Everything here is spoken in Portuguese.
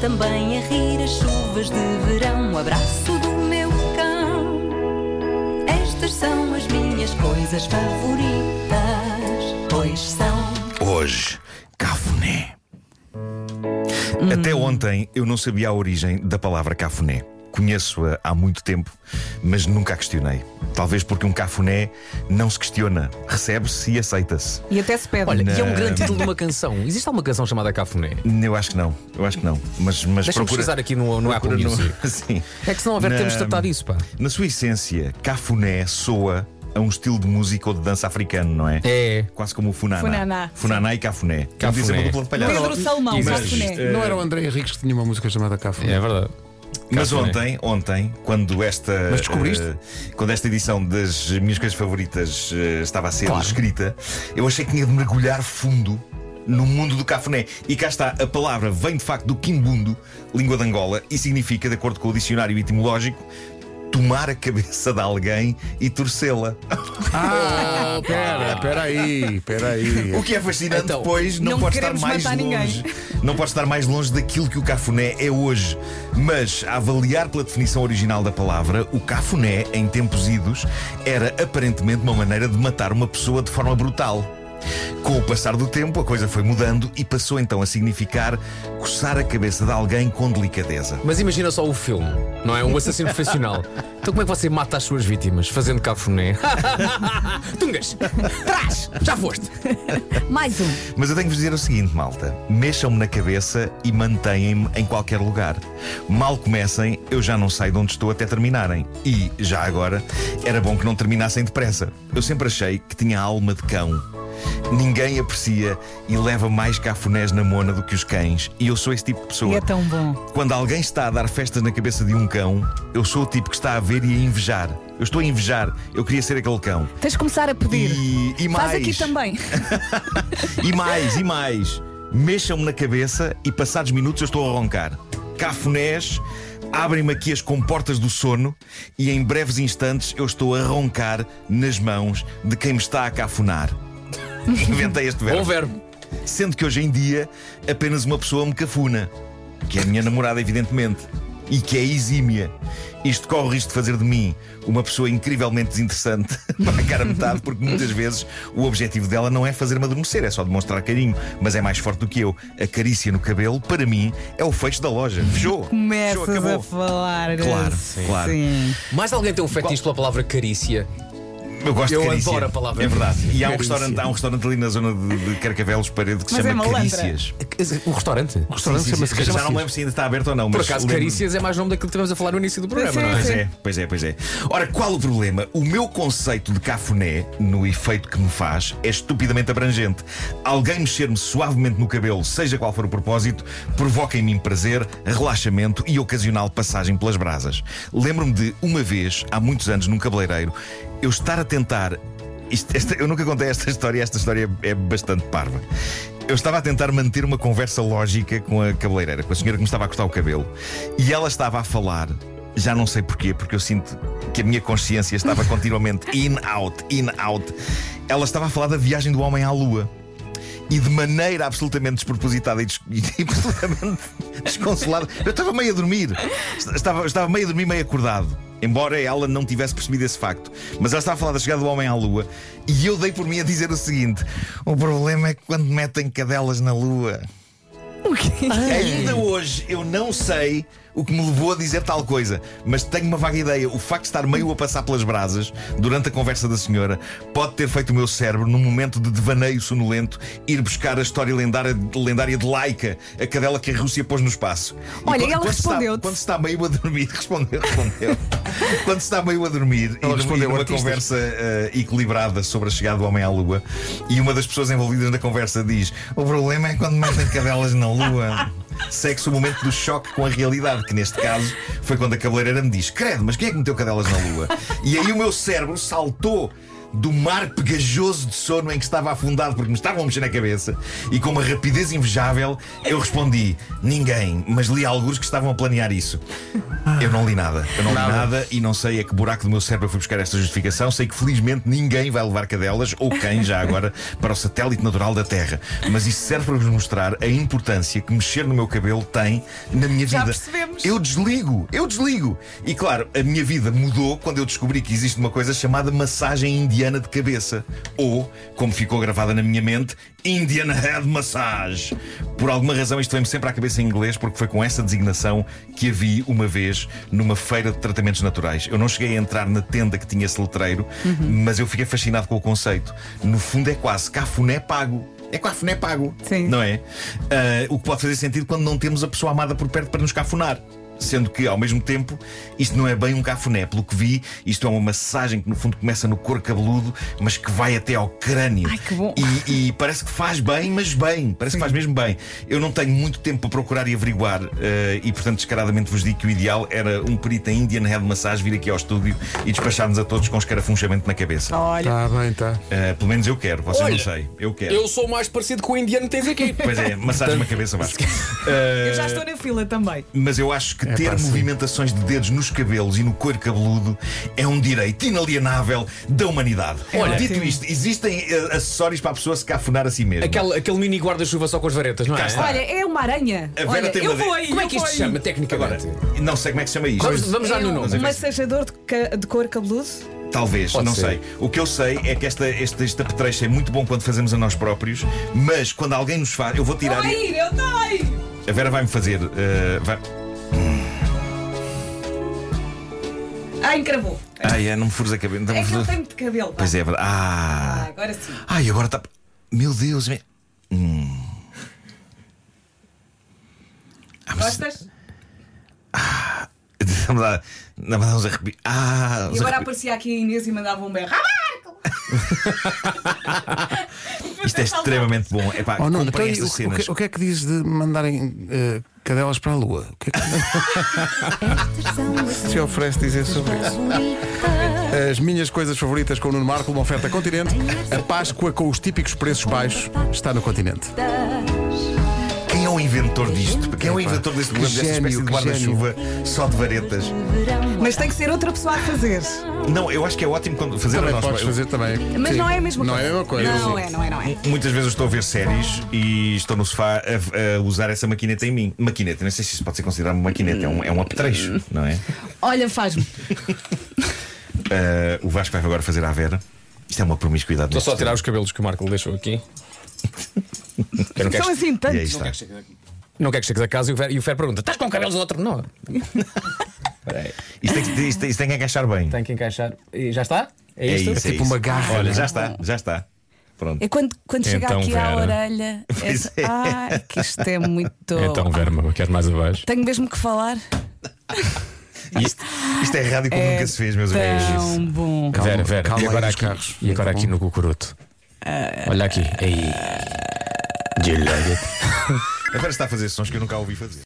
também a rir as chuvas de verão. O abraço do meu cão. Estas são as minhas coisas favoritas, pois são. Hoje, cafuné. Até ontem eu não sabia a origem da palavra cafuné. Conheço-a há muito tempo, mas nunca a questionei. Talvez porque um cafuné não se questiona, recebe-se e aceita-se. E até se pede. Olha, e é um Não. grande título de uma canção. Existe alguma canção chamada Cafuné? Eu acho que não, eu acho que não. Mas, mas Deixa-me procura. pesquisar aqui no, no Apple procura no- Music. Sim. É que se não houver, Na- temos de tratar disso, pá. Na sua essência, cafuné soa a um estilo de música ou de dança africano, não é? É. Quase como o funaná. Funaná, Funaná e cafuné. Como Cafuné. dizem uma dupla de palhaços. Pedro Salmão, Mas- cafuné. Eh, Não é era o André Henriques que tinha uma música chamada Cafuné? Ah, É verdade. Mas Cafuné. ontem, ontem, quando esta né? Mas descobriste? eh, quando esta edição das minhas coisas favoritas eh, estava a ser escrita, eu achei que tinha de mergulhar fundo no mundo do cafuné. E cá está, a palavra vem de facto do quimbundo, língua de Angola, e significa, de acordo com o dicionário etimológico, tomar a cabeça de alguém e torcê-la. Ah, pera, pera aí, pera aí. O que é fascinante, Então, pois não, não pode estar queremos mais matar longe. Não pode estar mais longe daquilo que o cafuné é hoje. Mas, a avaliar pela definição original da palavra, o cafuné, em tempos idos, era aparentemente uma maneira de matar uma pessoa de forma brutal. Com o passar do tempo, a coisa foi mudando e passou então a significar coçar a cabeça de alguém com delicadeza. Mas imagina só o filme, não é? Um assassino profissional. Então como é que você mata as suas vítimas? Fazendo cafuné. Tungas! Trás! Já foste! Mais um. Mas eu tenho que vos dizer o seguinte, malta: mexam-me na cabeça e mantêm-me em qualquer lugar. Mal comecem, eu já não saio de onde estou até terminarem. E, já agora, era bom que não terminassem depressa. Eu sempre achei que tinha alma de cão. Ninguém aprecia e leva mais cafunés na mona do que os cães. E eu sou esse tipo de pessoa. E é tão bom. Quando alguém está a dar festas na cabeça de um cão, eu sou o tipo que está a ver e a invejar. Eu estou a invejar. Eu queria ser aquele cão. Tens de começar a pedir. E, e mais. Faz aqui também. E mais, e mais. Mexam-me na cabeça e passados minutos eu estou a roncar. Cafunés, abrem-me aqui as comportas do sono e em breves instantes eu estou a roncar nas mãos de quem me está a cafunar. Inventei este verbo. Bom verbo. Sendo que hoje em dia apenas uma pessoa me cafuna, que é a minha namorada, evidentemente, e que é exímia. Isto corre o risco de fazer de mim uma pessoa incrivelmente desinteressante para a cara metade, porque muitas vezes o objetivo dela não é fazer-me adormecer, é só demonstrar carinho, mas é mais forte do que eu. A carícia no cabelo, para mim, é o fecho da loja. Fechou. Fechou, Começas a acabou. falar. Claro, Sim. claro. Sim. Mais alguém tem um fetiche pela palavra carícia? Eu gosto Eu de carícia. adoro a palavra É verdade. carícia. E há um, Carícia. restaurante, há um restaurante ali na zona de, de Carcavelos Parede que se Mas é chama malandra. Carícias. O restaurante? O restaurante Sim, sim, chama-se sim. Já não me Cafuné. lembro se ainda está aberto ou não. Por mas acaso, lembro- carícias é mais nome daquilo que estivemos a falar no início do programa, não é? Pois é, pois é, pois é. Ora, qual o problema? O meu conceito de cafuné, no efeito que me faz, é estupidamente abrangente. Alguém mexer-me suavemente no cabelo, seja qual for o propósito, provoca em mim prazer, relaxamento e ocasional passagem pelas brasas. Lembro-me de, uma vez, há muitos anos, num cabeleireiro, eu estar a tentar isto- esta- eu nunca contei esta história, esta história é, é bastante parva. Eu estava a tentar manter uma conversa lógica com a cabeleireira, com a senhora que me estava a cortar o cabelo, e ela estava a falar, já não sei porquê, porque eu sinto que a minha consciência estava continuamente in, out, in, out. Ela estava a falar da viagem do homem à lua. E de maneira absolutamente despropositada e, des- e absolutamente desconsolada, eu estava meio a dormir. Est- Estava, estava meio a dormir, meio acordado. Embora ela não tivesse percebido esse facto. Mas ela estava a falar da chegada do homem à lua. E eu dei por mim a dizer o seguinte: o problema é que quando metem cadelas na lua. Ainda hoje eu não sei o que me levou a dizer tal coisa, mas tenho uma vaga ideia. O facto de estar meio a passar pelas brasas durante a conversa da senhora pode ter feito o meu cérebro, num momento de devaneio sonolento, ir buscar a história lendária, lendária de Laika, a cadela que a Rússia pôs no espaço. E Olha, quan- e ela quando se está- respondeu-te. Quando se está meio a dormir, respondeu, respondeu. quando se está meio a dormir Ela e numa- e respondeu, numa artistas. conversa conversa eh, equilibrada sobre a chegada do homem à Lua e uma das pessoas envolvidas na conversa diz: O problema é quando metem cadelas na Lua. Segue-se o momento do choque com a realidade, que neste caso foi quando a cabeleireira me diz: Credo, mas quem é que meteu cadelas na Lua? E aí o meu cérebro saltou. do mar pegajoso de sono em que estava afundado porque me estavam a mexer na cabeça e com uma rapidez invejável eu respondi: ninguém, mas li alguns que estavam a planear isso. Eu não li nada, eu não li nada e não sei a que buraco do meu cérebro eu fui buscar esta justificação. Sei que felizmente ninguém vai levar cadelas ou quem já agora para o satélite natural da Terra, mas isso serve para vos mostrar a importância que mexer no meu cabelo tem na minha Já vida. percebemos. Eu desligo, eu desligo. E claro, a minha vida mudou quando eu descobri que existe uma coisa chamada massagem indiana de cabeça. Ou, como ficou gravada na minha mente, Indian Head Massage. Por alguma razão isto vem-me sempre à cabeça em inglês, porque foi com essa designação que a vi uma vez numa feira de tratamentos naturais. Eu não cheguei a entrar na tenda que tinha esse letreiro, mas eu fiquei fascinado com o conceito. No fundo é quase cafuné pago. É cafuné pago, Sim. não é? Ah, o que pode fazer sentido quando não temos a pessoa amada por perto para nos cafunar. Sendo que, ao mesmo tempo, isto não é bem um cafuné. Pelo que vi, isto é uma massagem que, no fundo, começa no couro cabeludo, mas que vai até ao crânio. Ai, que bom. E, e parece que faz bem, mas bem. Parece que faz mesmo bem. Eu não tenho muito tempo para procurar e averiguar, eh, e, portanto, descaradamente vos digo que o ideal era um perito em Indian Head Massage vir aqui ao estúdio e despachar-nos a todos com escarafunchamento na cabeça. Olha. Tá bem, tá. Eh, pelo menos eu quero, vocês Olha, não sei. Eu quero. Eu sou mais parecido com o indiano que tens aqui. Pois é, massagem na cabeça, Vasco. Eu já estou na fila também. Mas eu acho que É ter pá, sim. movimentações de dedos nos cabelos e no couro cabeludo é um direito inalienável da humanidade. Olha, dito sim. isto, existem eh, acessórios para a pessoa se cafunar a si mesma. Aquele, aquele mini guarda-chuva só com as varetas, não é? Cá está. Olha, é uma aranha. A Vera Olha, tem eu uma de- vou aí. Como é eu que isto vou se aí. chama Agora, tecnicamente? não sei como é que se chama isto. vamos, vamos já É no um- nome. um massajador de, ca- de cor cabeludo. Talvez, Pode não ser. sei. O que eu sei é que esta, este, este apetrecho é muito bom quando fazemos a nós próprios, mas quando alguém nos faz. Eu vou tirar. e- Ai, eu estou aí. A Vera vai-me fazer. eh, vai... Ai, encravou. Ai, é, não me fures a cabeça. É que eu tenho de cabelo. pá. Pois é, é verdade. Ah. Ah, agora sim. Ai, agora está. Meu Deus. Me... Hum. Ah, mas- Gostas? Dá-me lá- dá-me lá uns arrepios. Ah, E uns agora arrepios. aparecia aqui a Inês e mandava um berro. Ah, Marco! Isto é extremamente bom. É pá, Oh, não, então, comprem e estas o, o cenas. que, o que é que diz de mandarem eh, cadelas para a lua? O que é que Estas são as se oferece dizer sobre isso? favoritas. As minhas coisas favoritas com o Nuno Marco, uma oferta continente. A Páscoa com os típicos preços baixos está no continente. Quem é o inventor disto? Quem é o inventor deste Que programa, desta espécie gênio, de que guarda-chuva só de varetas? Mas tem que ser outra pessoa a fazer. Não, eu acho que é ótimo quando fazer a Também nós podes próprios. fazer também. Mas Sim. não é a mesma Não coisa. é a mesma coisa. Não sim. é, não é, não é. Muitas vezes eu estou a ver séries e estou no sofá a, a usar essa maquineta em mim. Maquineta, não sei se isso pode ser considerado uma maquineta, é um, é um apetrecho, não é? Olha, faz-me. Ah, o Vasco vai agora fazer à Vera. Isto é uma promiscuidade. Estou só a neste tirar os cabelos que o Marco deixou aqui. Eu não, quero São que, assim E aí tantos. está. não quero que chegues a casa e o Fer, e o Fer pergunta: estás com cabelos do outro? Não. Isto tem, que, isto, isto tem que encaixar bem. Tem que encaixar. E já está? É É isto? isso, tipo isso. uma garra, não Olha, é? já está, já está. Pronto. É quando, quando chega Então, aqui à Vera. orelha. é- Pois é. Ai, que isto é muito. Oh. então, Verma, queres mais abaixo? Tenho mesmo que falar. Isto, isto é rádio como nunca se fez, meus amigos. Tão bom. Calma, Vera, Vera, calma e aí agora nos aqui, carros. e agora aqui no cucuruto. Olha aqui. Aí. Do you love it? A Vera está a fazer sons que eu nunca a ouvi fazer.